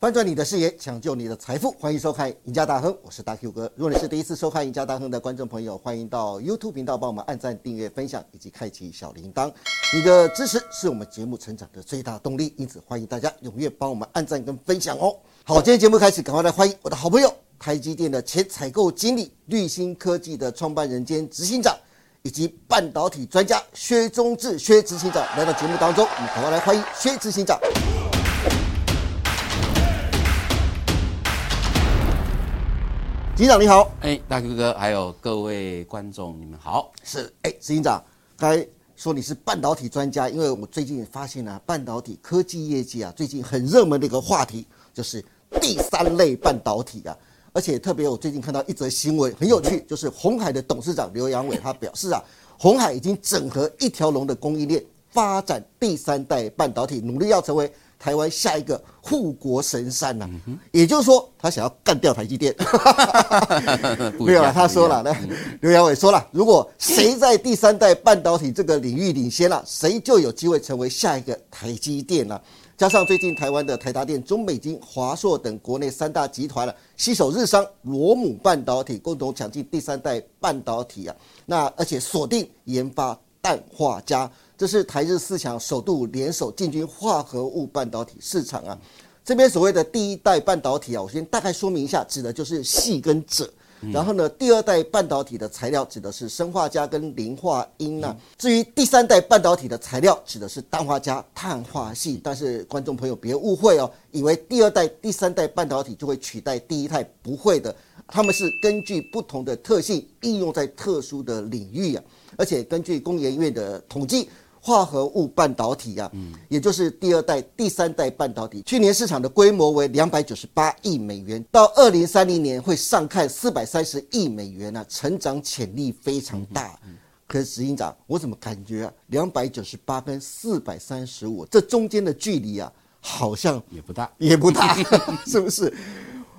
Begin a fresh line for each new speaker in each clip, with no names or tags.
翻转你的视野，抢救你的财富，欢迎收看《赢家大亨》，我是大 Q 哥。如果你是第一次收看《赢家大亨》的观众朋友，欢迎到 YouTube 频道帮我们按赞、订阅、分享以及开启小铃铛。你的支持是我们节目成长的最大动力，因此欢迎大家踊跃帮我们按赞跟分享哦。好，今天节目开始，赶快来欢迎我的好朋友，台积电的前采购经理、绿芯科技的创办人兼执行长，以及半导体专家薛中志薛执行长来到节目当中，我们赶快来欢迎薛执行长。局长你好，
哎、大 Q 哥，还有各位观众，你们好。
是哎，执行长，刚才说你是半导体专家，因为我最近发现啊，半导体科技业界啊，最近很热门的一个话题就是第三类半导体啊，而且特别我最近看到一则新闻很有趣，就是红海的董事长刘阳伟他表示啊，红海已经整合一条龙的供应链，发展第三代半导体，努力要成为。台湾下一个护国神山呐、也就是说，他想要干掉台积电。
不
没
一
有
样
了，他说了，，那刘阳伟说了，嗯如果谁在第三代半导体这个领域领先了，谁就有机会成为下一个台积电了。加上最近台湾的台达电、中美金、华硕等国内三大集团了、携手日商、罗姆半导体，共同抢进第三代半导体啊。那而且锁定研发氮化镓，这是台日四强首度联手进军化合物半导体市场啊。这边所谓的第一代半导体啊，我先大概说明一下，指的就是细跟锗。然后呢，第二代半导体的材料指的是生化镓跟磷化铟啊。至于第三代半导体的材料指的是氮化镓、碳化系。但是观众朋友别误会哦，以为第二代、第三代半导体就会取代第一代，不会的。它们是根据不同的特性应用在特殊的领域啊。而且根据工研院的统计，化合物半导体啊，也就是第二代、第三代半导体，去年市场的规模为两百九十八亿美元，到二零三零年会上看四百三十亿美元啊，成长潜力非常大。可是执行长，我怎么感觉啊，两百九十八跟四百三十五这中间的距离啊，好像
也不大。
也不大， 是不是？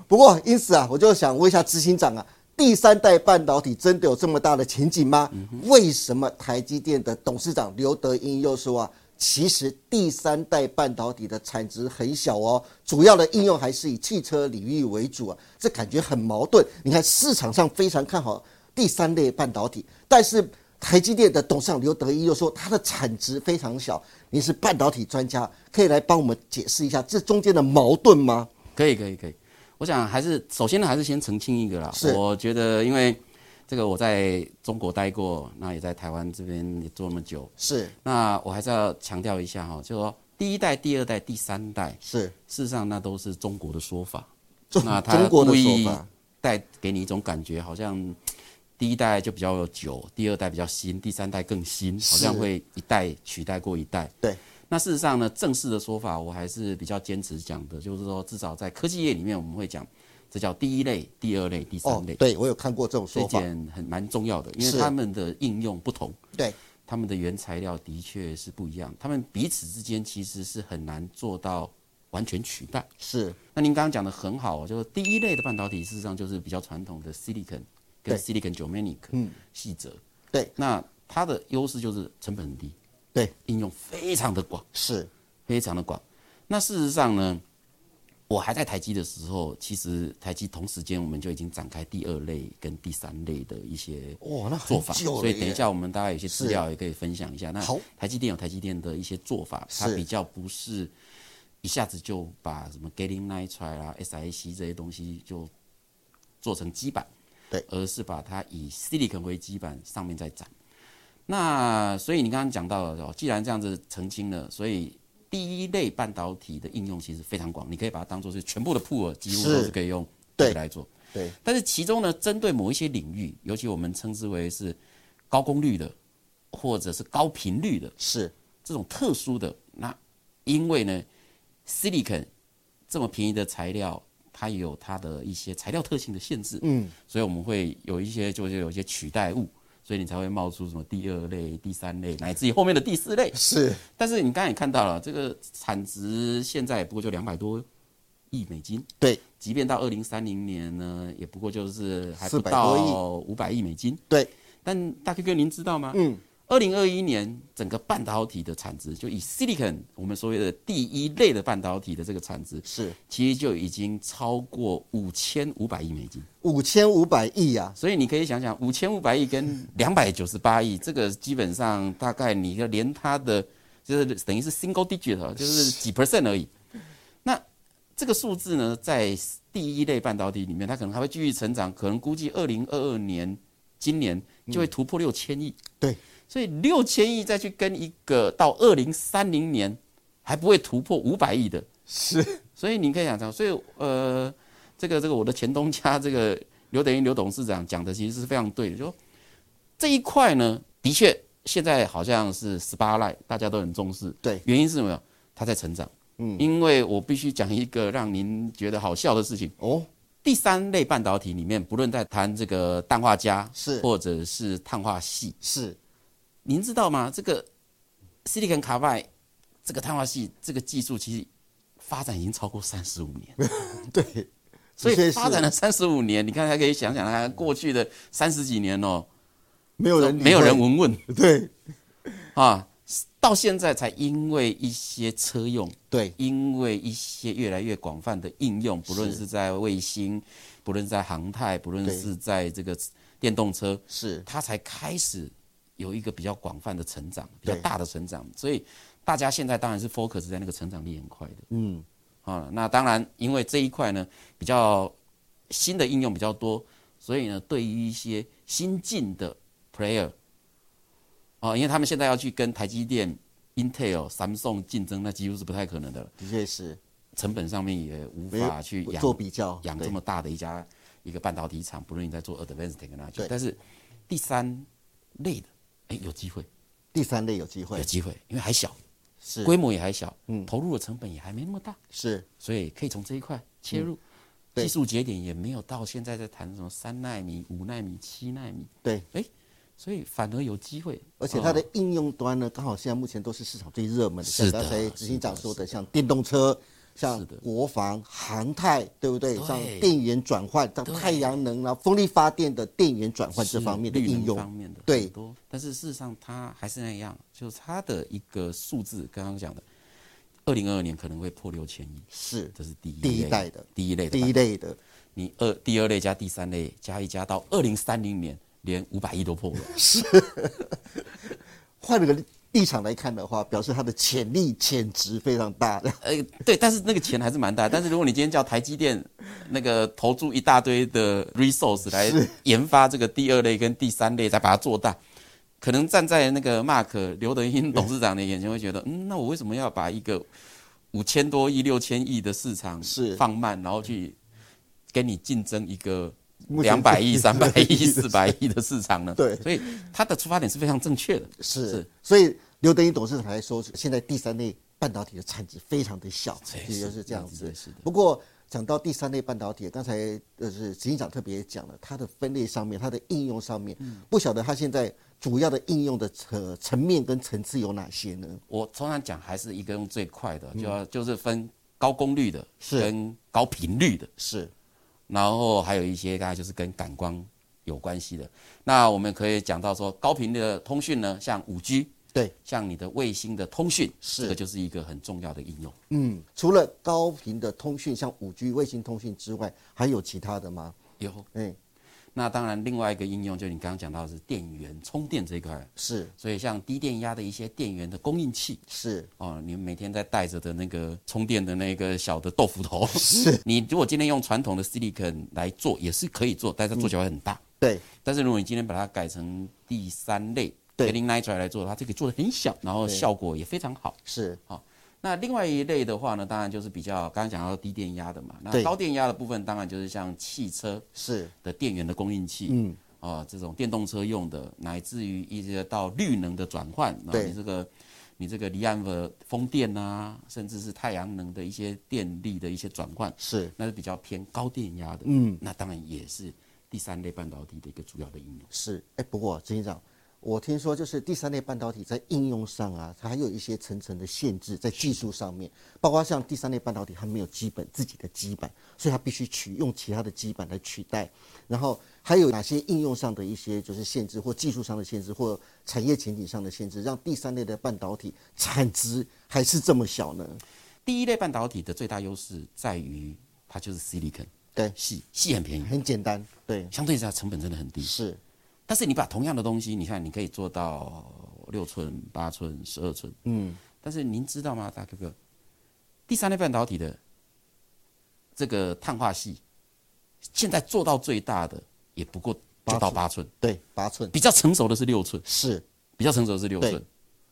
不过因此啊，我就想问一下执行长啊，第三代半导体真的有这么大的前景吗？为什么台积电的董事长刘德英又说啊，其实第三代半导体的产值很小哦，主要的应用还是以汽车领域为主啊，这感觉很矛盾。你看市场上非常看好第三类半导体，但是台积电的董事长刘德一又说，它的产值非常小。您是半导体专家，可以来帮我们解释一下这中间的矛盾吗？
可以，可以，可以。我想还是首先呢，还是先澄清一个啦
是。
我觉得，因为这个我在中国待过，那也在台湾这边也做那么久，
是
那我还是要强调一下哈、就是说第一代、第二代、第三代，
是，
事实上那都是中国的说法，
中
那他
中国的说
故意
法哦
带给你一种感觉，好像第一代就比较久，第二代比较新，第三代更新，好像
是
会一代取代过一代。
对，
那事实上呢，正式的说法我还是比较坚持讲的，就是说至少在科技业里面，我们会讲这叫第一类、第二类、第
哦
三类，，
对我有看过这种
这一
说法，
点很蛮重要的，因
是
为他们的应用不同。
对，
他们的原材料的确是不一样，他们彼此之间其实是很难做到完全取代。
是
那您刚刚讲的很好，哦就是第一类的半导体，事实上就是比较传统的 silicon
对嗯
跟 silicon germanic 细则。
对，
那它的优势就是成本很低，
对，
应用非常的广，
是
非常的广。那事实上呢，我还在台积的时候，其实台积同时间我们就已经展开第二类跟第三类的一些
哇，那很
做法，
久了
所以等一
耶
下我们大概有一些资
是
料也可以分享一下。那
好
台积电有台积电的一些做法，它
是
比较不是一下子就把什么 gallium nitride 啊啦、SiC 这些东西就做成基板，
对
而是把它以 silicon 为基板上面再展。那所以你刚刚讲到了，哦既然这样子澄清了，所以第一类半导体的应用其实非常广，你可以把它当做是全部的 pool，几乎都
是
是可以用
对
这个来做。
对
但是其中呢，针对某一些领域，尤其我们称之为是高功率的，或者是高频率的
是
这种特殊的，那因为呢，silicon 这么便宜的材料，它有它的一些材料特性的限制，
嗯，
所以我们会有一些就是有一些取代物，所以你才会冒出什么第二类、第三类，乃至于后面的第四类。
是
但是你刚才也看到了，这个产值现在也不过就两百多亿美金，
对
即便到二零三零年呢，也不过就是还不
400
到
多亿
五百亿美金。
对
但大 Q 哥，您知道吗？
嗯，
二零二一年整个半导体的产值，就以 silicon 我们所谓的第一类的半导体的这个产值，
是
其实就已经超过五千五百亿美金。
五千五百亿啊呀，
所以你可以想想，五千五百亿跟两百九十八亿，这个基本上大概你要连它的就是等于是 single digit，啊就是几 percent 而已。那这个数字呢，在第一类半导体里面，它可能还会继续成长，可能估计二零二二年今年就会突破六千亿。
对，
所以六千亿再去跟一个到二零三零年还不会突破五百亿的，
是
所以你可以想象，所以呃，这个这个我的前东家这个刘德英刘董事长讲的其实是非常对的，就说这一块呢，的确现在好像是十八赖大家都很重视，
对
原因是什么？它在成长，嗯，因为我必须讲一个让您觉得好笑的事情，
哦，
第三类半导体里面，不论在谈这个氮化镓
是
或者是碳化系，
是
您知道吗？这个 silicon carbide 这个碳化系这个技术其实发展已经超过三十五年。
对，
所
的确是
以发展了三十五年，你看还可以想想它过去的三十几年哦，
没有人理会
没有人闻问
对
啊，到现在才因为一些车用，
对
因为一些越来越广泛的应用，不论
是
是在卫星，不论在航太，不论
对
是在这个电动车，
是
它才开始有一个比较广泛的成长，比较
对
大的成长。所以大家现在当然是 focus 在那个成长力很快的。嗯，啊，那当然，因为这一块呢比较新的应用比较多，所以呢，对于一些新进的 player，啊，因为他们现在要去跟台积电、Intel、Samsung 竞争，那几乎是不太可能的了，
的确是
成本上面也无
没有
法去养
做比较，
养
对
这么大的一家一个半导体厂，不论你在做 advanced technology，
对
但是第三类的，哎、有机会，
第三类有机会
有机会，因为还小，
是嗯
规模也还小，投入的成本也还没那么大，
是
所以可以从这一块切入。
嗯对
技术节点也没有到现在在谈什么三纳米、五纳米、七纳米，
对，
所以反而有机会。
而且它的应用端呢，刚好现在目前都是市场最热门的，像
嗯是的
刚才执行长说的，像电动车。像
是的
国防、航太，对不对？
对
像电源转换，像太阳能啊、风力发电的电源转换
哦是
这方面的
绿能
应用，
方面的
对
很多，但是事实上它还是那样，就是它的一个数字，刚刚讲的，二零二二年可能会破六千亿，
是
这是第一
第一
类
代的
第一类的
第一类的，
你二第二类加第三类加一加到二零三零年，连五百亿都破了。
换了个立场来看的话，表示它的潜力潜值非常大的。
呃，对，但是那个钱还是蛮大。但是如果你今天叫台积电那个投注一大堆的 resource 来研发这个第二类跟第三类，再把它做大，可能站在那个 Mark 刘德英董事长的眼前会觉得，嗯，那我为什么要把一个五千多亿、六千亿的市场
是
放慢，然后去跟你竞争一个？
目前
两百亿、
是
三百亿、四百亿的市场 呢？
对
所以它的出发点是非常正确的。
是
是，
所以刘德英董事长还说，现在第三类半导体的产值非常的小，
对
也就是
是
这样
是
子
的是的。
不过讲到第三类半导体，刚才呃是执行长特别讲了，它的分类上面，它的应用上面，
嗯
不晓得它现在主要的应用的层层面跟层次有哪些呢？
我通常讲还是一个用最快的，就要就是分高功率的
嗯是
跟高频率的，
是
然后还有一些刚才就是跟感光有关系的。那我们可以讲到说高频率的通讯呢，像五 G，
对，
像你的卫星的通讯，
是
这个就是一个很重要的应用。
嗯，除了高频的通讯，像五 G 卫星通讯之外，还有其他的吗？
有，
哎，
那当然另外一个应用就你刚刚讲到的是电源充电这一块，
是
所以像低电压的一些电源的供应器，
是
哦，你每天在带着的那个充电的那个小的豆腐头，是 你如果今天用传统的 silicon 来做，也是可以做，但是它做起来会很大。
对，
但是如果你今天把它改成第三类
对
gallium nitride 来做，它这个做的很小，然后效果也非常好。
是
那另外一类的话呢，当然就是比较刚刚讲到低电压的嘛，
对
那高电压的部分当然就是像汽车
是
的电源的供应器，嗯，啊、这种电动车用的，乃至于一些到绿能的转换，啊
对
你这个你这个离岸的风电啊，甚至是太阳能的一些电力的一些转换，
是
那是比较偏高电压的，嗯，那当然也是第三类半导体的一个主要的应用。
是，哎，不过执行长，我听说就是第三类半导体在应用上啊，它还有一些层层的限制，在技术上面，包括像第三类半导体，它没有基本自己的基板，所以它必须取用其他的基板来取代。然后还有哪些应用上的一些就是限制，或技术上的限制，或产业前景上的限制，让第三类的半导体产值还是这么小呢？
第一类半导体的最大优势在于它就是 silicon，
对，
细细很便宜，
很简单，对，
相对之下成本真的很低。
是，
但是你把同样的东西，你看你可以做到六寸、八寸、十二寸，
嗯，
但是您知道吗，大哥哥，第三类半导体的这个碳化系，现在做到最大的也不过就到八寸，
对，八寸
比较成熟的是六寸，
是
比较成熟的是六
对
寸。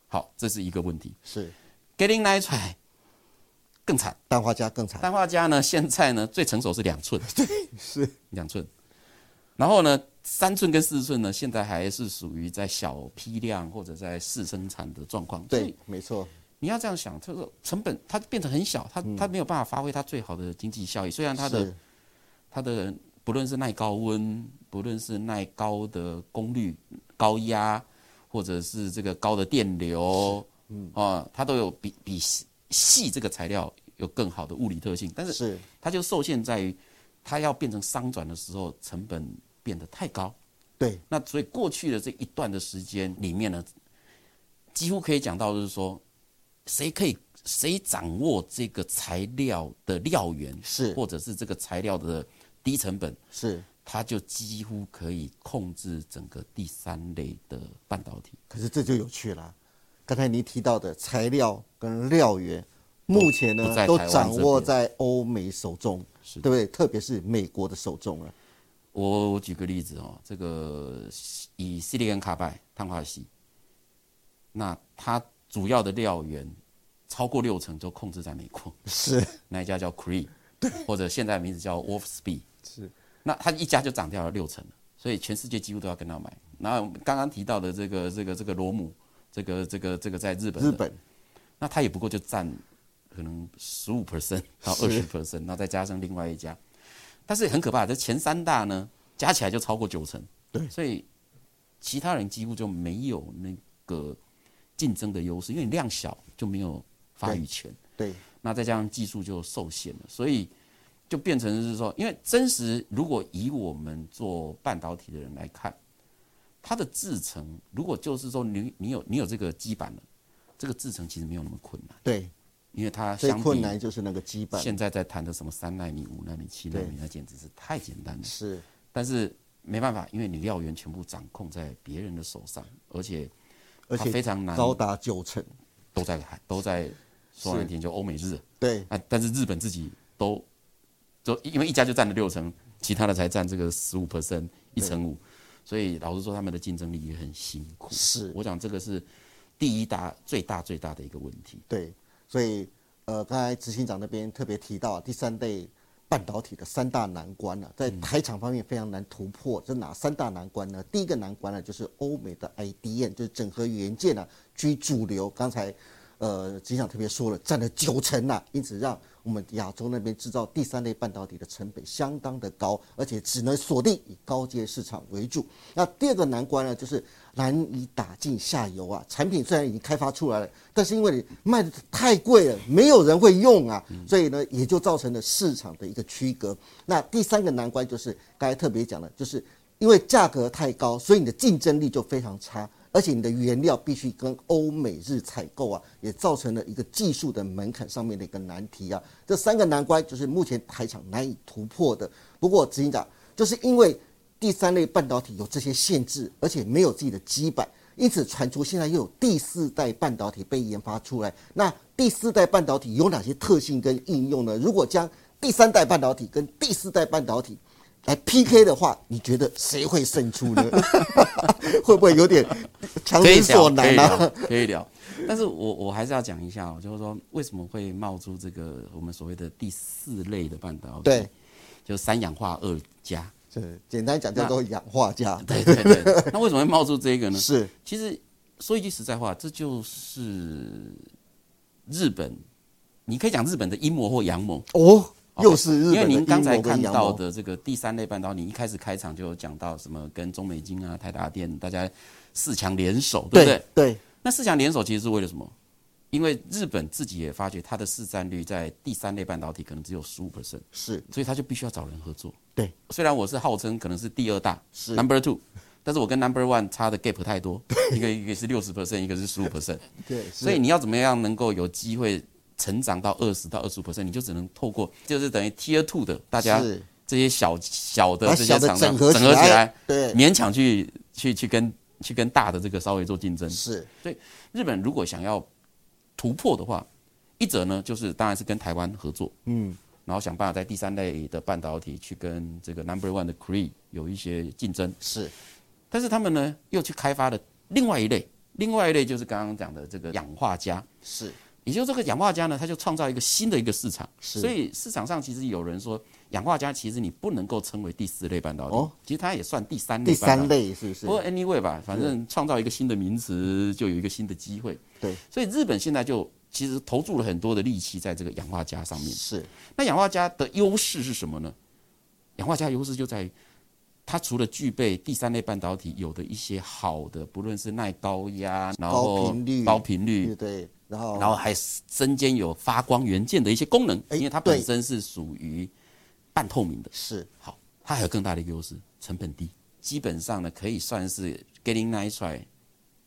好，这是一个问题。
是，
Gallium nitride 更惨，
氮化镓更惨，
氮化镓呢现在呢最成熟是 两寸，
是
两寸，然后呢三寸跟四寸呢现在还是属于在小批量或者在试生产的状况，所以
对，没错，
你要这样想，就是成本它变得很小，它它没有办法发挥它最好的经济效益。虽然它
嗯
的
是
它的不论是耐高温，不论是耐高的功率、高压，或者是这个高的电流，嗯啊，它都有比比细细这个材料有更好的物理特性，但是
是
它就受限在于它要变成商转的时候，成本变得太高。
对，
那所以过去的这一段的时间里面呢，几乎可以讲到就是说，谁可以谁掌握这个材料的料源，
是
或者是这个材料的低成本，
是。
它就几乎可以控制整个第三类的半导体。
可是这就有趣啦。刚才您提到的材料跟料源，目前
不在
呢
台
都
湾
掌
这
握
边
在欧美手中，
是
对不对？特别是美国的手中了。
我我举个例子哦，这个以 silicon carbide 碳化锡，那它主要的料源超过六成都控制在美国。
是
那一家叫 Cree，或者现在名字叫 Wolfspeed，
是，
那它一家就涨掉了六成了，所以全世界几乎都要跟它买。然后刚刚提到的这个这个这个罗姆，这个这个这个在日本的，
日本
那它也不过就占可能十五 percent 到二十 percent，然后再加上另外一家，但是很可怕，这前三大呢加起来就超过九成，
对
所以其他人几乎就没有那个竞争的优势，因为你量小就没有发
对
语权。
对
那再加上技术就受限了，所以就变成是说，因为真实如果以我们做半导体的人来看，它的制程如果就是说你你有你有这个基板了，这个制程其实没有那么困难，
对，
因为它
最
相
困
比
难就是那个基本
现在在谈的什么三纳米、五纳米、七纳
对
米，那简直是太简单了。
是
但是没办法，因为你料源全部掌控在别人的手上，而且
而
它
且
非常难，
高达九成。
都在都在说难听就欧美日。
对
啊，但是日本自己都都因为一家就占了六成，其他的才占这个十五 percent 一成五，所以老实说，他们的竞争力也很辛苦。
是
我讲这个是第一大最大最大的一个问题。
对，所以呃，刚才执行长那边特别提到第三类半导体的三大难关呢、啊在台厂方面非常难突破。这哪三大难关呢？第一个难关呢，就是欧美的 IDM，就是整合元件啊，居主流。刚才呃，执行长特别说了，占了九成呐、因此让我们亚洲那边制造第三类半导体的成本相当的高，而且只能锁定以高阶市场为主。那第二个难关呢，就是难以打进下游啊。产品虽然已经开发出来了，但是因为你卖的太贵了，没有人会用啊，所以呢，也就造成了市场的一个区隔。那第三个难关就是刚才特别讲的，就是因为价格太高，所以你的竞争力就非常差。而且你的原料必须跟欧美日采购啊，也造成了一个技术的门槛上面的一个难题啊。这三个难关就是目前台厂难以突破的。不过执行长，就是因为第三类半导体有这些限制，而且没有自己的基板，因此传出现在又有第四代半导体被研发出来。那第四代半导体有哪些特性跟应用呢？如果将第三代半导体跟第四代半导体来 PK 的话，你觉得谁会胜出呢？ 会不会有点强
可以
人所
聊，可
难
以聊
啊？，
可以聊。但是我我还是要讲一下、哦，就是说为什么会冒出这个我们所谓的第四类的半导体，
对，
就三氧化二镓。
是简单讲叫做氧化镓，
对对 对，那为什么会冒出这个呢？
是
其实说一句实在话，这就是日本，你可以讲日本的阴谋或阳谋，
哦，又是日
因为
本的
您刚才
阴谋
看
跟阳
到
谋。
的这个第三类半导体，你一开始开场就有讲到什么跟中美金啊、台达电大家四强联手，对不对？
对，
那四强联手其实是为了什么？因为日本自己也发觉它的市占率在第三类半导体可能只有十五 percent，
是，
所以它就必须要找人合作。
对，
虽然我是号称可能是第二大
是
number two，但是我跟 number one 差的 gap 太多，一个一个是六十 percent，一个是十五 percent，
对，
所以你要怎么样能够有机会成长到二十到二十五 percent，你就只能透过就是等于 tier two 的大家
是
这些小小的
把
这
小
些
的
厂商
整合起来
起来，
对
勉强去去去跟去跟大的这个稍微做竞争。
是
日本如果想要突破的话，一者呢就是当然是跟台湾合作，嗯，然后想办法在第三类的半导体去跟这个 number one 的 Cree 有一些竞争，
是
但是他们呢又去开发了另外一类，另外一类就是刚刚讲的这个氧化镓，
是
也就是这个氧化镓呢，它就创造一个新的一个市场，
是
所以市场上其实有人说氧化镓其实你不能够称为第四类半导体，
哦
其实它也算第三
第
类半导
三
体。
类是不是
不？过 anyway 吧，反正创造一个新的名词，就有一个新的机会。
对，
所以日本现在就其实投注了很多的力气在这个氧化镓上面。
是
那氧化镓的优势是什么呢？氧化镓优势就在于，它除了具备第三类半导体有的一些好的，不论是耐高压，然后
高频率
高频率
对对，然后
嗯然后还身兼有发光元件的一些功能，
哎
因为它
对
本身是属于半透明的。
是
好，它还有更大的一个优势，成本低，基本上呢可以算是 gallium nitride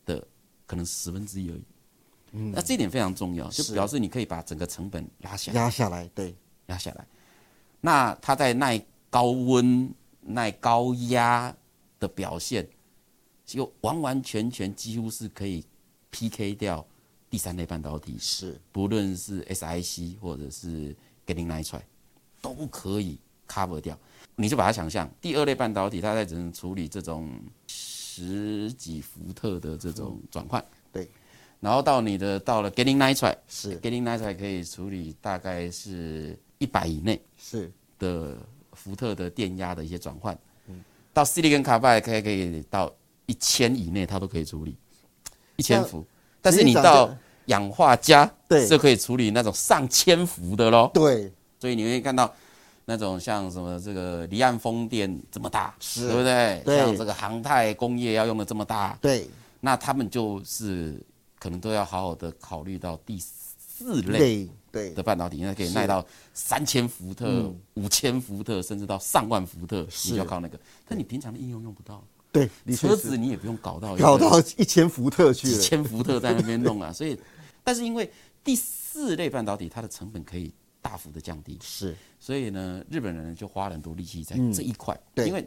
的可能十分之一而已。
嗯
那这一点非常重要，就是表示你可以把整个成本拉下来，
压下来，对，
压下来。那它在耐高温、耐高压的表现，就完完全全几乎是可以 PK 掉第三类半导体
是
不论是 SIC 或者是 gallium nitride，都可以 cover 掉。你就把它想象，第二类半导体它在只能处理这种十几伏特的这种转换，
对，
然后到你的到了 gallium nitride，gallium
是
nitride 可以处理大概是一百以内
是
的伏特的电压的一些转换，到 silicon carbide 可以可以到一千以内它都可以处理，一千
那
伏，但是你
长
到
这
氧化镓，
对
是可以处理那种上千伏的喽。
对
所以你会看到那种像什么这个离岸风电这么大，
是
对不对？
对
像这个航太工业要用的这么大，
对
那他们就是可能都要好好的考虑到第四类
类对
的半导体，应该可以
是嗯
耐到三千伏特、五千伏特，甚至到上万伏特，
是
你就要靠那个。但你平常的应用用不到，
对，的确
车
是
子你也不用搞到一个
搞到一千伏特去
几
了，
千伏特在那边弄啊，所以，但是因为第四类半导体它的成本可以大幅的降低，
是嗯
所以呢，日本人就花了很多力气在这一块、
对
因为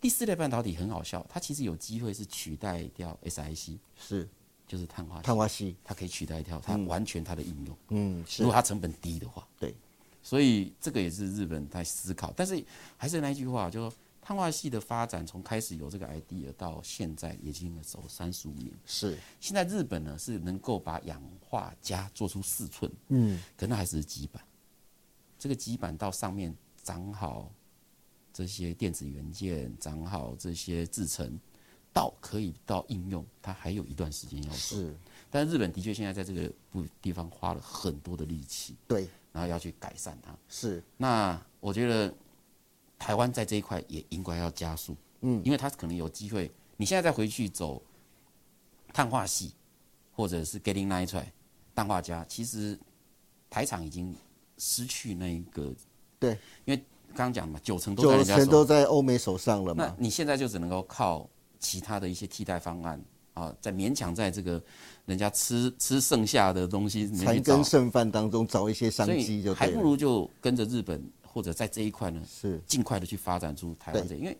第四类半导体很好笑，它其实有机会是取代掉 SIC，
是
就是碳化
碳
硅，
化锡，
它可以取代掉它完全它的应用、
嗯，
如
是
果它成本低的话，
对，
所以这个也是日本在思考，但是还是那一句话，就说碳化系的发展从开始有这个 idea 到现在已经走三十五年。
是
现在日本呢是能够把氧化镓做出四寸，
嗯
可那还只是基板。这个基板到上面长好这些电子元件，长好这些制程，到可以到应用，它还有一段时间要做。
是，
但日本的确现在在这个部地方花了很多的力气，
对
然后要去改善它。
是
那我觉得台湾在这一块也应该要加速，嗯，因为它可能有机会。你现在再回去走碳化系或者是 gallium nitride 氮化镓，其实台厂已经失去那一个
对，
因为刚刚讲嘛，九成都在
九
人家
成
手
都在欧美手上了
那
嘛，
你现在就只能够靠其他的一些替代方案啊，在勉强在这个人家吃吃剩下的东西里面
残
去找
羹，剩饭当中找一些商
所
机
以
就
还
对
不
了，
如就跟着日本或者在这一块呢
是
尽快的去发展出台湾这，因为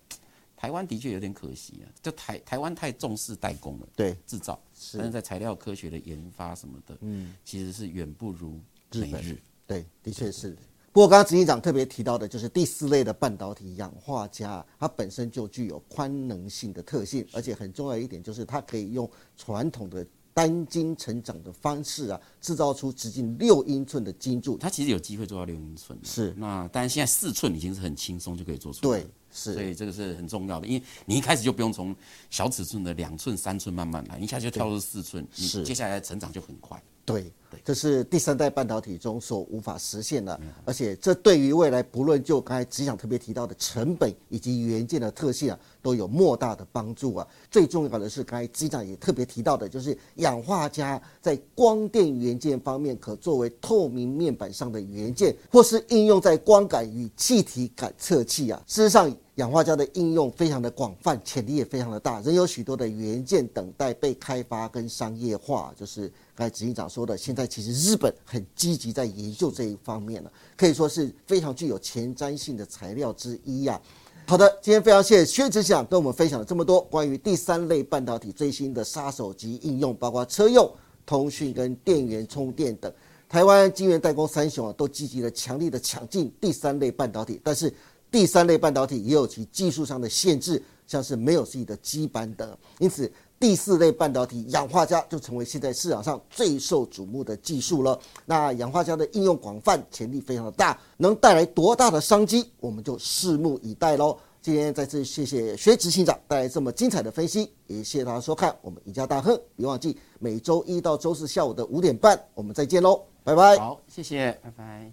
台湾的确有点可惜啊，就台台湾太重视代工了，
对
制造，
是
但是在材料科学的研发什么的，嗯，其实是远不如
日
美
本
日。
对，的确是。不过，刚刚执行长特别提到的，就是第四类的半导体氧化镓，它本身就具有宽能性的特性，而且很重要一点就是它可以用传统的单晶成长的方式啊，制造出直径六英寸的晶柱。
它其实有机会做到六英寸的，啊
是
那但是现在四寸已经是很轻松就可以做出来了
对，，
所
是
以这个是很重要的，因为你一开始就不用从小尺寸的两寸、三寸慢慢来，你一下就跳入四寸，你
是
接下来成长就很快。
对，这是第三代半导体中所无法实现的，而且这对于未来不论就刚才只想特别提到的成本以及元件的特性啊，都有莫大的帮助啊。最重要的是，刚才机长也特别提到的，就是氧化镓在光电元件方面可作为透明面板上的元件，或是应用在光感与气体感测器啊。事实上，氧化镓的应用非常的广泛，潜力也非常的大，仍有许多的元件等待被开发跟商业化。就是刚才执行长说的，现在其实日本很积极在研究这一方面了，可以说是非常具有前瞻性的材料之一啊呀、好的，今天非常谢谢薛执行长跟我们分享了这么多关于第三类半导体最新的杀手级应用，包括车用、通讯跟电源充电等。台湾晶圆代工三雄啊，都积极的、强力的抢进第三类半导体，但是第三类半导体也有其技术上的限制，像是没有自己的基板等，因此第四类半导体氧化镓就成为现在市场上最受瞩目的技术了。那氧化镓的应用广泛，潜力非常的大，能带来多大的商机，我们就拭目以待喽。今天再次谢谢薛执行长带来这么精彩的分析，也谢谢大家收看我们赢家大亨。别忘记每周一到周四下午的五点半，我们再见喽，拜拜。
好，谢谢，拜拜。